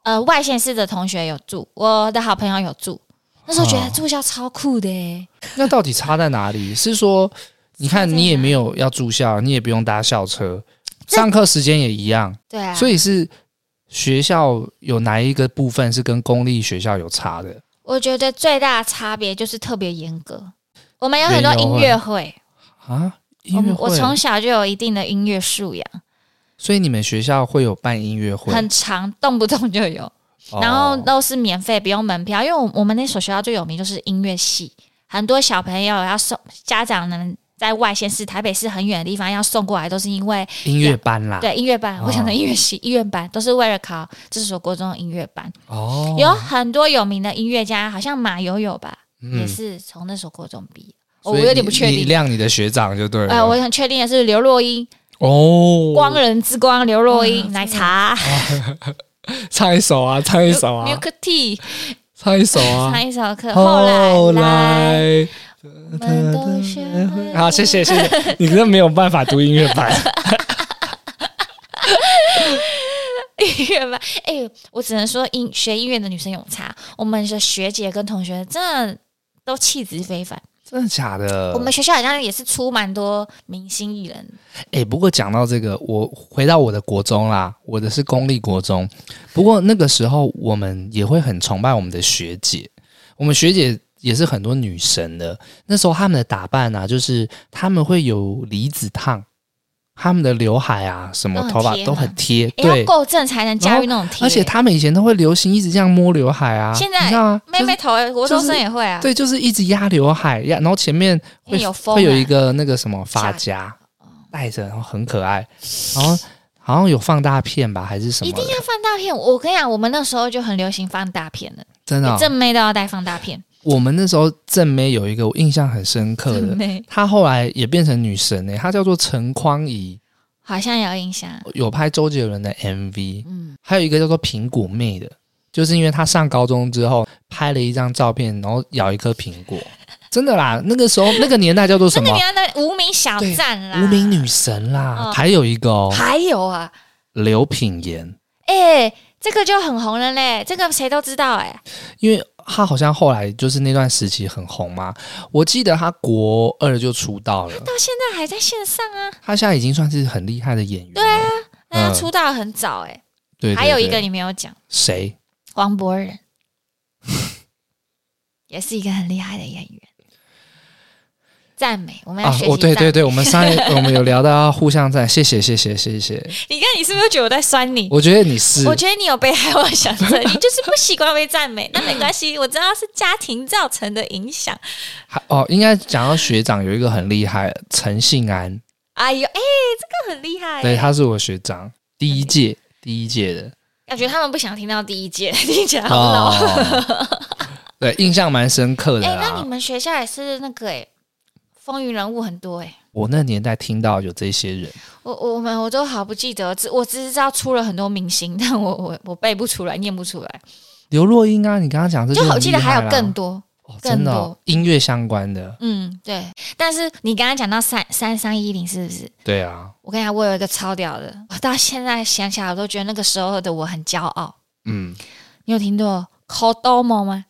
[SPEAKER 1] 呃，外县市的同学有住，我的好朋友有住。那时候觉
[SPEAKER 3] 哦
[SPEAKER 1] 得住校超酷的、欸，
[SPEAKER 3] 那到底差在哪里？是说，你看你也没有要住校，你也不用搭校车，
[SPEAKER 1] 这
[SPEAKER 3] 上课时间也一样，
[SPEAKER 1] 对啊。
[SPEAKER 3] 所以是学校有哪一个部分是跟公立学校有差的？
[SPEAKER 1] 我觉得最大的差别就是特别严格。我们有很多音乐会，
[SPEAKER 3] 啊，
[SPEAKER 1] 我
[SPEAKER 3] 音乐
[SPEAKER 1] 们我
[SPEAKER 3] 会，
[SPEAKER 1] 从小就有一定的音乐素养，
[SPEAKER 3] 所以你们学校会有办音乐会，
[SPEAKER 1] 很长，动不动就有。然后
[SPEAKER 3] 哦
[SPEAKER 1] 都是免费，不用门票，因为我我们那所学校最有名就是音乐系，很多小朋友要送家长呢。在外县市、台北市很远的地方要送过来，都是因为
[SPEAKER 3] 音乐班啦，
[SPEAKER 1] 对音乐班，
[SPEAKER 3] 哦
[SPEAKER 1] 我想的音乐系、音乐班都是为了考这所国中的音乐班。
[SPEAKER 3] 哦，
[SPEAKER 1] 有很多有名的音乐家，好像马友友吧，也
[SPEAKER 3] 嗯，
[SPEAKER 1] 是从那所国中毕业。哦
[SPEAKER 3] 所
[SPEAKER 1] 我
[SPEAKER 3] 以
[SPEAKER 1] 有点
[SPEAKER 3] 你
[SPEAKER 1] 不确
[SPEAKER 3] 你
[SPEAKER 1] 定。
[SPEAKER 3] 亮你的学长就对了，
[SPEAKER 1] 哎、我很确定的是刘若英，
[SPEAKER 3] 哦，
[SPEAKER 1] 光人之光，刘若英、奶茶、
[SPEAKER 3] 唱一首啊，唱一首啊，
[SPEAKER 1] Milk Tea，
[SPEAKER 3] 唱一首
[SPEAKER 1] 唱
[SPEAKER 3] 啊。
[SPEAKER 1] 一首歌。后来，我们都学会
[SPEAKER 3] 好，谢谢谢谢，你真的没有办法读音乐版，
[SPEAKER 1] 音乐吧，哎、我只能说音学音乐的女生有差，我们的学姐跟同学真的都气质非凡。
[SPEAKER 3] 真的假的？
[SPEAKER 1] 我们学校好像也是出蛮多明星艺人，
[SPEAKER 3] 哎、不过讲到这个，我回到我的国中啦，我的是公立国中。不过那个时候，我们也会很崇拜我们的学姐，我们学姐也是很多女神的。那时候她们的打扮啊，就是她们会有离子烫，她们的刘海啊，什么
[SPEAKER 1] 都很
[SPEAKER 3] 头发
[SPEAKER 1] 贴
[SPEAKER 3] 都
[SPEAKER 1] 嘛
[SPEAKER 3] 很贴，
[SPEAKER 1] 哎、要
[SPEAKER 3] 对。
[SPEAKER 1] 够正才能驾驭那种贴。
[SPEAKER 3] 而且她们以前都会流行一直这样摸刘海啊，
[SPEAKER 1] 现在
[SPEAKER 3] 你知道吗？
[SPEAKER 1] 妹妹头，国中生也会啊，
[SPEAKER 3] 对，就是一直压刘海，压，然后前面会
[SPEAKER 1] 因为有风啊
[SPEAKER 3] 会有一个那个什么
[SPEAKER 1] 下
[SPEAKER 3] 发夹戴着，然后很可爱，然后好像有放大片吧，还是什么
[SPEAKER 1] 一
[SPEAKER 3] 的？
[SPEAKER 1] 定要放大片。我跟你讲，我们那时候就很流行放大片的，
[SPEAKER 3] 真的哦、
[SPEAKER 1] 正妹都要戴放大片。
[SPEAKER 3] 我们那时候正妹有一个我印象很深刻
[SPEAKER 1] 正
[SPEAKER 3] 的，
[SPEAKER 1] 妹
[SPEAKER 3] 她后来也变成女神呢、欸她叫做陈匡怡，
[SPEAKER 1] 好像有印象，
[SPEAKER 3] 有拍周杰伦的 MV，
[SPEAKER 1] 嗯，
[SPEAKER 3] 还有一个叫做苹果妹的，就是因为她上高中之后拍了一张照片，然后咬一颗苹果，真的啦，那个时候那个年代叫做什
[SPEAKER 1] 那
[SPEAKER 3] 么？
[SPEAKER 1] 你要那无名小
[SPEAKER 3] 对
[SPEAKER 1] 站啦，
[SPEAKER 3] 无名女神啦，
[SPEAKER 1] 嗯
[SPEAKER 3] 还有一个哦，
[SPEAKER 1] 还有啊，
[SPEAKER 3] 刘品言，
[SPEAKER 1] 哎、这个就很红了嘞，这个谁都知道哎、
[SPEAKER 3] 因为她好像后来就是那段时期很红嘛。我记得她国二就出道 了，
[SPEAKER 1] 到现在还在线上啊，
[SPEAKER 3] 她现在已经算是很厉害的演员了。对啊，
[SPEAKER 1] 那他出道很早哎、
[SPEAKER 3] 对
[SPEAKER 1] 还有一个
[SPEAKER 3] 对
[SPEAKER 1] 你没有讲，
[SPEAKER 3] 谁？
[SPEAKER 1] 黄渤仁， 也是一个很厉害的演员。赞美，我们要
[SPEAKER 3] 啊
[SPEAKER 1] 学习、！
[SPEAKER 3] 哦，对对，对，我 们上一我们有聊到要互相赞，谢谢谢谢谢谢。
[SPEAKER 1] 你看你是不是觉得我在酸你？
[SPEAKER 3] 我觉得你是
[SPEAKER 1] 我觉得你有被害妄想 症，你就是不习惯被赞美。那没关系，我知道是家庭造成的影响。
[SPEAKER 3] 还哦，应该讲到学长有一个很厉害，陈信安，
[SPEAKER 1] 哎呦，哎、这个很厉害、
[SPEAKER 3] 对，他是我学长，第一届第一届的。
[SPEAKER 1] 感觉他们不想听到第一届，
[SPEAKER 3] 啊
[SPEAKER 1] 听起来好老。
[SPEAKER 3] 哦，对，印象蛮深刻的
[SPEAKER 1] 哎、
[SPEAKER 3] 啦。
[SPEAKER 1] 那你们学校也是那个哎、风云人物很多哎、
[SPEAKER 3] 我那年代听到有这些人，
[SPEAKER 1] 我我们我都好不记得，只我只知道出了很多明星， 但我我我背不出来，念不出来。
[SPEAKER 3] 刘若英啊，你刚刚讲这
[SPEAKER 1] 就
[SPEAKER 3] 好
[SPEAKER 1] 我记得还有更多，
[SPEAKER 3] 哦、
[SPEAKER 1] 更
[SPEAKER 3] 真的、
[SPEAKER 1] 多
[SPEAKER 3] 哦、音乐相关的，
[SPEAKER 1] 嗯，对。但是你刚刚讲到三三三一零是不是？
[SPEAKER 3] 对啊，
[SPEAKER 1] 我跟你讲，我有一个超屌的，我到现在想起来我都觉得那个时候的我很骄傲。
[SPEAKER 3] 嗯
[SPEAKER 1] 你有听过 Kodomo 吗？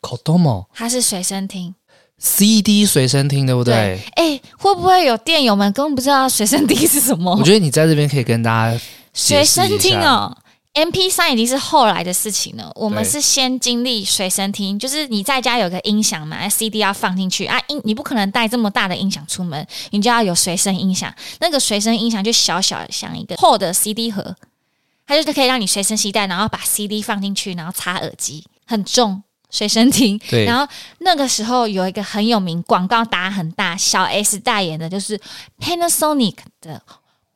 [SPEAKER 3] ，Kodomo
[SPEAKER 1] 它是随身听。
[SPEAKER 3] CD 随身听，对不对？
[SPEAKER 1] 哎、会不会有电友们根本不知道随身听是什么
[SPEAKER 3] 我？觉得你在这边可以跟大家
[SPEAKER 1] 随
[SPEAKER 3] 解释
[SPEAKER 1] 身
[SPEAKER 3] 一
[SPEAKER 1] 听
[SPEAKER 3] 下，
[SPEAKER 1] 哦，MP 三已经是后来的事情了。我们
[SPEAKER 3] 对
[SPEAKER 1] 是先经历随身听，就是你在家有个音响嘛那，CD 要放进去啊，音你不可能带这么大的音响出门，你就要有随身音响。那个随身音响就小小像一个厚的 CD 盒，它就是可以让你随身携带，然后把 CD 放进去，然后插耳机，很重，随身听。
[SPEAKER 3] 对，
[SPEAKER 1] 然后那个时候有一个很有名广告打很大，小 S 代言的就是 Panasonic 的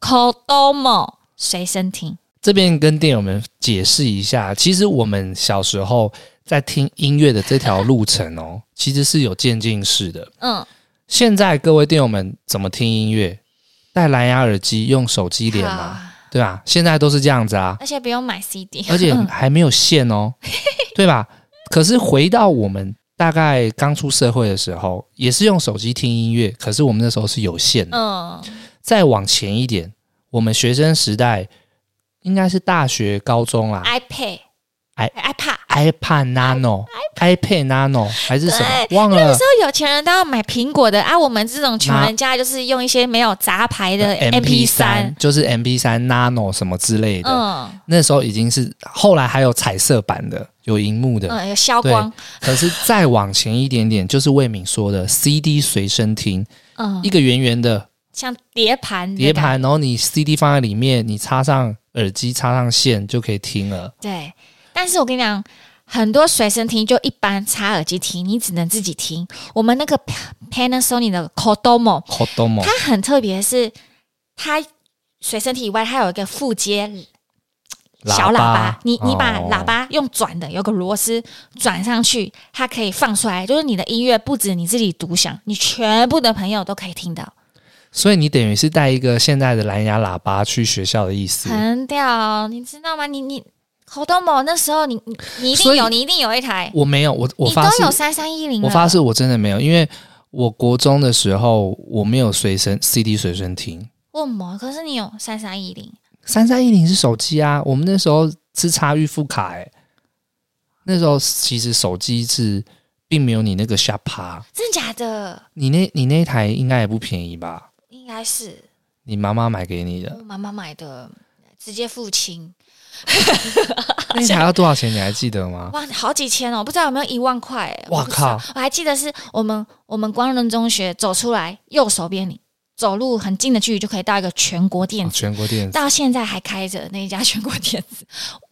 [SPEAKER 1] Kodomo 随身听。
[SPEAKER 3] 这边跟电友们解释一下，其实我们小时候在听音乐的这条路程哦， 其实是有渐进式的。
[SPEAKER 1] 嗯，
[SPEAKER 3] 现在各位电友们怎么听音乐？戴蓝牙耳机，用手机连
[SPEAKER 1] 好
[SPEAKER 3] 嘛，对吧？现在都是这样子啊，
[SPEAKER 1] 啊而且不用买 CD，
[SPEAKER 3] 而且
[SPEAKER 1] 嗯
[SPEAKER 3] 还没有 线哦，对吧？可是回到我们大概刚出社会的时候，也是用手机听音乐，可是我们那时候是有线的。
[SPEAKER 1] 嗯
[SPEAKER 3] 再往前一点，我们学生时代应该是大学、高中啦
[SPEAKER 1] ，iPad，
[SPEAKER 3] 哎
[SPEAKER 1] iPad。
[SPEAKER 3] ，iPad Nano、iPad Nano 还是什么忘
[SPEAKER 1] 那个
[SPEAKER 3] 了
[SPEAKER 1] 时候有钱人都要买苹果的啊，我们这种穷人家就是用一些没有杂牌的 MP
[SPEAKER 3] 呃三
[SPEAKER 1] 三。
[SPEAKER 3] 就是 MP 三 Nano 什么之类的。
[SPEAKER 1] 嗯
[SPEAKER 3] 那时候已经是后来还有彩色版的，有荧幕的。
[SPEAKER 1] 嗯，有消
[SPEAKER 3] 对
[SPEAKER 1] 光。，
[SPEAKER 3] 可是再往前一点点，就是魏敏说的 CD 随身听，
[SPEAKER 1] 嗯
[SPEAKER 3] 一，个圆圆的
[SPEAKER 1] 像碟盘。
[SPEAKER 3] 碟。盘，然后你 CD 放在里面，你插上耳机，插上线就可以听了。
[SPEAKER 1] 对，但是我跟你讲，很多随身听就一般插耳机听，你只能自己听。我们那个 Panasonic 的 Kodomo，
[SPEAKER 3] 好多么
[SPEAKER 1] 它很特别的是，它随身听以外，它有一个附接小喇叭，你你把
[SPEAKER 3] 哦
[SPEAKER 1] 喇叭用转的，有个螺丝转上去，它可以放出来，就是你的音乐不止你自己独享，你全部的朋友都可以听到，
[SPEAKER 3] 所以你等于是带一个现在的蓝牙喇叭去学校的意思。
[SPEAKER 1] 很屌，你知道吗？你你 o d o m o 那时候你你你一
[SPEAKER 3] 所
[SPEAKER 1] 定
[SPEAKER 3] 以
[SPEAKER 1] 有，你一定有一台，
[SPEAKER 3] 我没有，我我
[SPEAKER 1] 你都
[SPEAKER 3] 发誓
[SPEAKER 1] 有，啊三三一零，
[SPEAKER 3] 我发誓，我真的没有，因为我国中的时候我没有随身 CD 随身听，
[SPEAKER 1] 问么？可是你有三三一零，
[SPEAKER 3] 三三一零是手机啊，我们那时候是插预付卡、欸，那时候其实手机是并没有你那个下趴，
[SPEAKER 1] 真的假的？
[SPEAKER 3] 你那你那台应该也不便宜吧？
[SPEAKER 1] 应该是
[SPEAKER 3] 你妈妈买 给你的
[SPEAKER 1] 我妈妈买的，直接付清，
[SPEAKER 3] 那台要多少钱？你还记得吗？
[SPEAKER 1] 哇，好几千哦，不知道有没有一万块、欸？
[SPEAKER 3] 哇
[SPEAKER 1] 我不知道
[SPEAKER 3] 靠！
[SPEAKER 1] 我还记得是我们我们光仁中学走出来，右手边你走路很近的距离就可以到一个全国电
[SPEAKER 3] 哦
[SPEAKER 1] 子，
[SPEAKER 3] 全国电子
[SPEAKER 1] 到现在还开着那一家全国电子。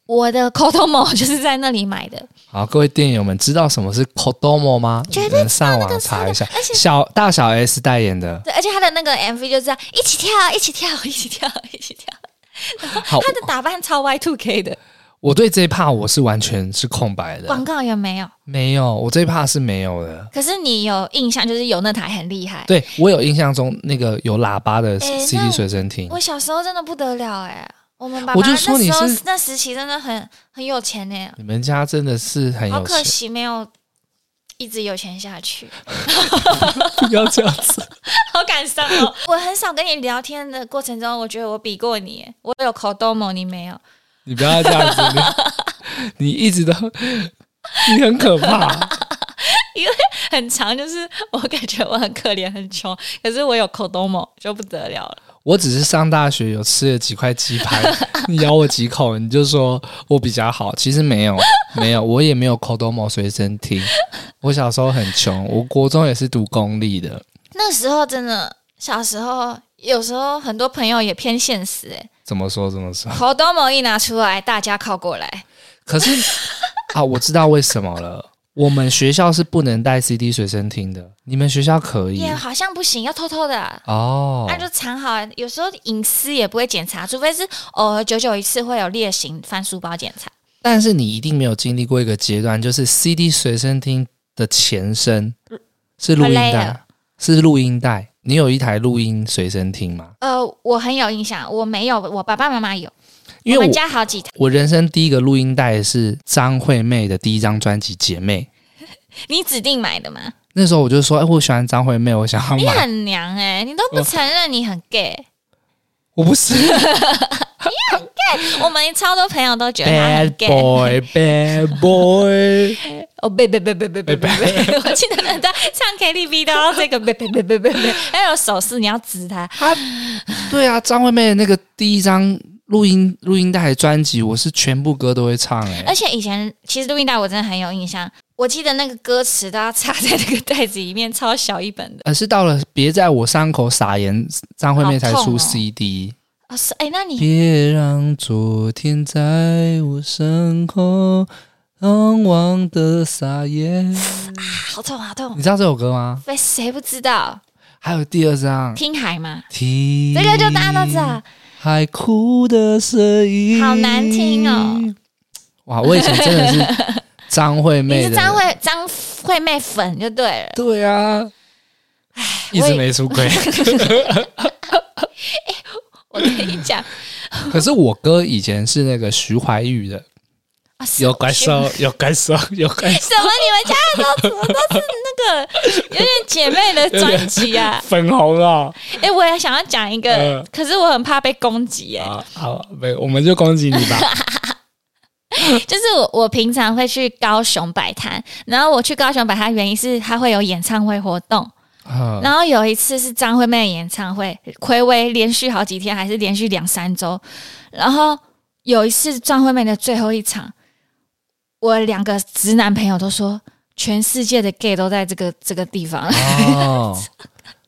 [SPEAKER 1] 我的 Kotomo 就是在那里买的，
[SPEAKER 3] 好，各位电友们，知道什么是 Kodomo 吗？
[SPEAKER 1] 绝
[SPEAKER 3] 你们上网查一下，
[SPEAKER 1] 而且
[SPEAKER 3] 小大小 S 代言的。
[SPEAKER 1] 对，而且他的那个 MV 就这样一起跳，一起跳，一起跳，一起跳。
[SPEAKER 3] 好，
[SPEAKER 1] 他的打扮超 Y two K 的，
[SPEAKER 3] 我对这一趴我是完全是空白
[SPEAKER 1] 广
[SPEAKER 3] 的，
[SPEAKER 1] 告有没有？
[SPEAKER 3] 没有，我这一趴是没有的。
[SPEAKER 1] 可是你有印象，就是有那台很厉害。
[SPEAKER 3] 对我有印象中那个有喇叭的
[SPEAKER 1] 诶
[SPEAKER 3] CD
[SPEAKER 1] 那
[SPEAKER 3] 随身听，
[SPEAKER 1] 我小时候真的不得了哎、我们爸
[SPEAKER 3] 我
[SPEAKER 1] 妈
[SPEAKER 3] 就
[SPEAKER 1] 那
[SPEAKER 3] 说你
[SPEAKER 1] 时候
[SPEAKER 3] 是
[SPEAKER 1] 那时期真的很很有钱呢、
[SPEAKER 3] 你们家真的是很
[SPEAKER 1] 好
[SPEAKER 3] 有
[SPEAKER 1] 可
[SPEAKER 3] 钱，
[SPEAKER 1] 惜没有一直有钱下去，
[SPEAKER 3] 不要这样子。
[SPEAKER 1] 好感伤哦。 我很少跟你聊天的过程中，我觉得我比过你耶，我有口多蒙，你没有。
[SPEAKER 3] 你不要这样子，你你一直都你很可怕。
[SPEAKER 1] 很长，就是我感觉我很可怜、很穷，可是我有口多蒙就不得了了。
[SPEAKER 3] 我只是上大学有吃了几块鸡 排，你咬我几口，你就说我比较好。其实没有，没有，我也没有 Kodomo 随身听。我小时候很穷，我国中也是读公立的，
[SPEAKER 1] 那时候真的，小时候有时候很多朋友也偏现实哎、
[SPEAKER 3] 怎么说怎么说。
[SPEAKER 1] 口多蒙一拿出来，大家靠过来。
[SPEAKER 3] 可是啊，我知道为什么了。我们学校是不能带 CD 随身听的，你们学校可以
[SPEAKER 1] 也好像不行，要偷偷的、啊。
[SPEAKER 3] 哦
[SPEAKER 1] 那、。就藏好啊，有时候隐私也不会检查，除非是偶尔久久一次会有例行翻书包检查。
[SPEAKER 3] 但是你一定没有经历过一个阶段，就是 CD 随身听的前身是录音
[SPEAKER 1] Player
[SPEAKER 3] 带，是录音带。你有一台录音随身听吗？
[SPEAKER 1] 呃，我很有印象，我没有，我爸爸妈妈有，
[SPEAKER 3] 因
[SPEAKER 1] 我
[SPEAKER 3] 为
[SPEAKER 1] 们
[SPEAKER 3] 我
[SPEAKER 1] 家好几台。
[SPEAKER 3] 我人生第一个录音带是张惠妹的第一张专辑《姐妹》。
[SPEAKER 1] 你指定买的吗？
[SPEAKER 3] 那时候我就说，哎、我喜欢张惠妹，我想要
[SPEAKER 1] 你
[SPEAKER 3] 买。
[SPEAKER 1] 很娘哎、你都不承认你很 gay。
[SPEAKER 3] 我不是
[SPEAKER 1] 我们超多朋友都觉得他
[SPEAKER 3] bad
[SPEAKER 1] 很 gay。
[SPEAKER 3] boy，bad boy。
[SPEAKER 1] 哦，别别别别别别别！我记得那在唱 KTV 都要这个别别别别别别，还有手势你要指他。
[SPEAKER 3] 对啊，张惠妹的那个第一张录音录音带的专辑，我是全部歌都会唱哎、
[SPEAKER 1] 而且以前其实录音带我真的很有印象，我记得那个歌词都要插在那个袋子里面，超
[SPEAKER 3] 呃
[SPEAKER 1] 小一本的。
[SPEAKER 3] 而是到了别在我伤口撒盐，张惠妹才
[SPEAKER 1] 好
[SPEAKER 3] 出
[SPEAKER 1] 痛哦
[SPEAKER 3] CD，、
[SPEAKER 1] 哦，是哎，那你
[SPEAKER 3] 别让昨天在我身后难忘的撒野。
[SPEAKER 1] 好痛好痛
[SPEAKER 3] 你，知道这首歌吗？
[SPEAKER 1] 被谁不知道？
[SPEAKER 3] 还有第二张，
[SPEAKER 1] 听海嘛，
[SPEAKER 3] 听
[SPEAKER 1] 这个就大家都知道。
[SPEAKER 3] 海哭的声音，
[SPEAKER 1] 好难听哦！
[SPEAKER 3] 哇，我以前真的是 张惠
[SPEAKER 1] 你
[SPEAKER 3] 妹
[SPEAKER 1] 是
[SPEAKER 3] 的，
[SPEAKER 1] 张惠张惠妹粉就对了。
[SPEAKER 3] 对啊，一直没 出轨。
[SPEAKER 1] 我跟你 讲，
[SPEAKER 3] 可是我哥以前是那个徐怀钰的，
[SPEAKER 1] 啊
[SPEAKER 3] 有怪兽
[SPEAKER 1] 什么？，
[SPEAKER 3] 有怪 兽，有怪兽，
[SPEAKER 1] 你们家的都怎么都是那个 有点姐妹的专辑 啊？
[SPEAKER 3] 粉红啊！
[SPEAKER 1] 哎、我也想要讲一个，
[SPEAKER 3] 呃
[SPEAKER 1] 可是我很怕被攻击、哎、
[SPEAKER 3] 啊，好，没，我们就攻击你 吧。
[SPEAKER 1] 就是我我平常会去高雄摆摊，然后我去高雄摆摊原因是它会有演唱会活动，
[SPEAKER 3] 啊
[SPEAKER 1] 然后有一次是张惠妹的演唱会，暌违连续好几天，还是连续两三周，然后有一次张惠妹的最后一场，我两个直男朋友都说。全世界的 gay 都在这个这个地方， 很
[SPEAKER 3] 哦，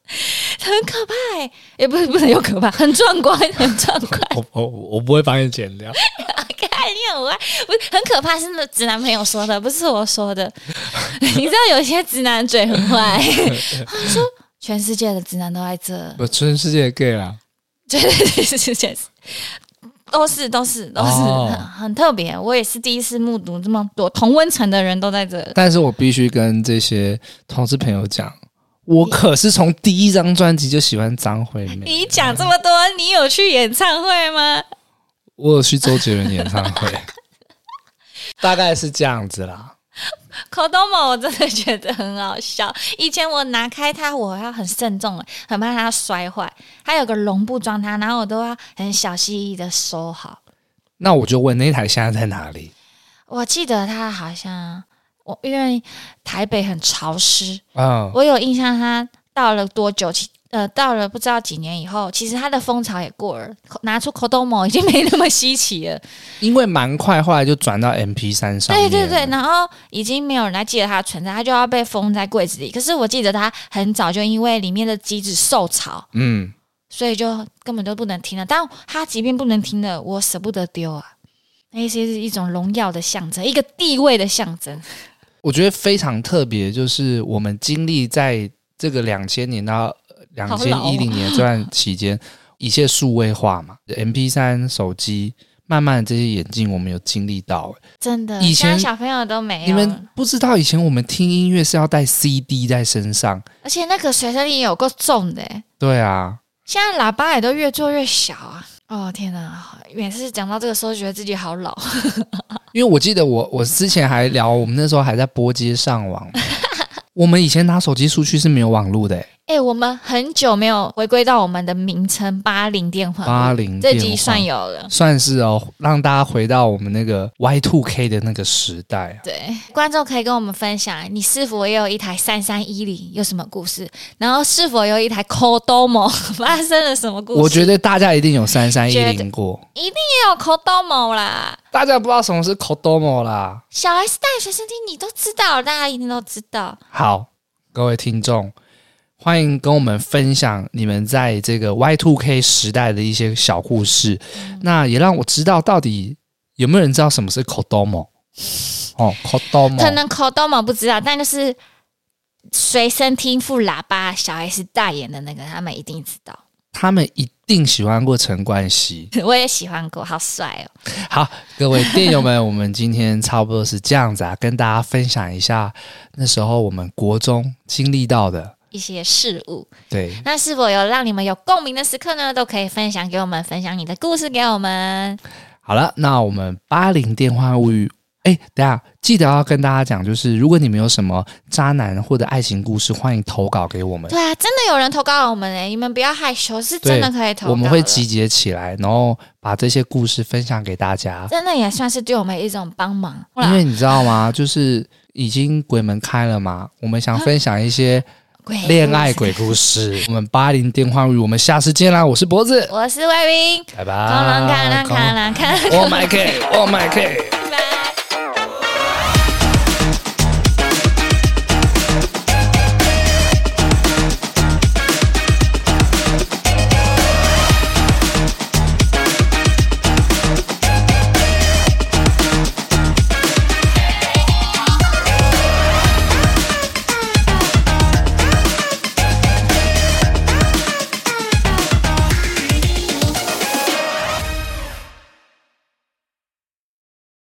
[SPEAKER 1] 可怕、哎，也不是不能有可怕，很壮观，很壮观。
[SPEAKER 3] 我我我不会帮你剪掉。
[SPEAKER 1] 看你很坏，不是很可怕，是那直男朋友说的，不是我说的。 你知道有些直男嘴很坏，他说全世界的直男都在这，
[SPEAKER 3] 不，全世界 gay 啦，
[SPEAKER 1] 对对对，是 全世都是都是都是、
[SPEAKER 3] 哦
[SPEAKER 1] 很很特别。我也是第一次目睹这么多同温层的人都在这。
[SPEAKER 3] 但是我必须跟这些同事朋友讲，我可是从第一张专辑就喜欢张惠 妹，
[SPEAKER 1] 你讲这么多，你有去演唱会吗？
[SPEAKER 3] 我有去周杰伦演唱会， 大概是这样子啦。
[SPEAKER 1] 口头某我真的觉得很好笑。以前我拿开它，我要很慎重，欸很怕它摔坏。它有个笼布装它，然后我都要很小心翼翼的收好。
[SPEAKER 3] 那我就问那台现在在哪里？
[SPEAKER 1] 我记得它好像我因为台北很潮湿，
[SPEAKER 3] 嗯，
[SPEAKER 1] 我有印象它到了多久？其呃，到了不知道几年以后，其实它的风潮也过了，拿出口头某已经没那么稀奇了。
[SPEAKER 3] 因为蛮快，后来就转到 MP 三上
[SPEAKER 1] 对
[SPEAKER 3] 面。
[SPEAKER 1] 对对，，然后已经没有人来记得它的存在，它就要被封在柜子里。可是我记得它很早就因为里面的机子受潮，
[SPEAKER 3] 嗯，
[SPEAKER 1] 所以就根本就不能听了。但它即便不能听了，我舍不得丢啊。那些是一种荣耀的象征，一个地位的象征。
[SPEAKER 3] 我觉得非常特别，就是我们经历在这个两千年到两
[SPEAKER 1] 好
[SPEAKER 3] 千
[SPEAKER 1] 老哦
[SPEAKER 3] 一零年这段期间，一切数位化嘛，MP 三、手机，慢慢的这些眼镜，我们有经历到。
[SPEAKER 1] 真的，
[SPEAKER 3] 以
[SPEAKER 1] 现在
[SPEAKER 3] 前
[SPEAKER 1] 小朋友都没有。
[SPEAKER 3] 你们不知道，以前我们听音乐是要带 CD 在身上，
[SPEAKER 1] 而且那个随身听有够重的欸、
[SPEAKER 3] 对啊，
[SPEAKER 1] 现在喇叭也都越做越小啊！哦天哪，每次讲到这个时候，觉得自己好老。
[SPEAKER 3] 因为我记得我我之前还聊，我们那时候还在拨接上网， 我们以前拿手机出去是没有网络的、欸，
[SPEAKER 1] 哎、我们很久没有回归到我们的名称“八零电话”，
[SPEAKER 3] 八零
[SPEAKER 1] 嗯这集算有了。
[SPEAKER 3] 算是哦，让大家回到我们那个 Y two K 的那个时代啊。
[SPEAKER 1] 对，观众可以跟我们分享，你是否也有一台三三一零，有什么故事？然后是否有一台 Codomo 发生了什么故事？
[SPEAKER 3] 我觉得大家一定有三三一
[SPEAKER 1] 觉
[SPEAKER 3] 零过，
[SPEAKER 1] 也有 Codomo 啦，
[SPEAKER 3] 大家不知道什么是 Kodomo 啦。
[SPEAKER 1] 小 S 大学生听你都知道，大家一定都知道。
[SPEAKER 3] 好，各位听众，欢迎跟我们分享你们在这个 Y two K 时代的一些小故事，
[SPEAKER 1] 嗯
[SPEAKER 3] 那也让我知道到底有没有人知道什么是 Kodomo 哦，Kodomo
[SPEAKER 1] 可能 Codomo 不知道，但就是随身听附喇叭，小 S 代言的那个，他们一定知道。
[SPEAKER 3] 他们一定喜欢过陈冠希。
[SPEAKER 1] 我也喜欢过，好帅哦！
[SPEAKER 3] 好，各位电友们，我们今天差不多是这样子啊，跟大家分享一下那时候我们国中经历到的。
[SPEAKER 1] 一些事物，
[SPEAKER 3] 对，
[SPEAKER 1] 那是否有让你们有共鸣的时刻呢？都可以分享给我们，分享你的故事给我们。
[SPEAKER 3] 好了，那我们八零电话物语，哎，等一下记得要跟大家讲，就是如果你们有什么渣男或者爱情故事，欢迎投稿给我们，
[SPEAKER 1] 对啊，真的有人投稿我们哎、你们不要害羞，是真的可以投稿的
[SPEAKER 3] 我们会集结起来，然后把这些故事分享给大家。
[SPEAKER 1] 真的也算是对我们一种帮忙。
[SPEAKER 3] 因为你知道吗？就是已经鬼门开了嘛，我们想分享一些
[SPEAKER 1] 鬼故事
[SPEAKER 3] 恋爱，鬼故事。我们八零电话语，我们下次见啦！我是脖子，
[SPEAKER 1] 我是魏斌，空
[SPEAKER 3] 拜
[SPEAKER 1] 龙看
[SPEAKER 3] 拜
[SPEAKER 1] 啦。看啦看。
[SPEAKER 3] Oh my K，Oh my K。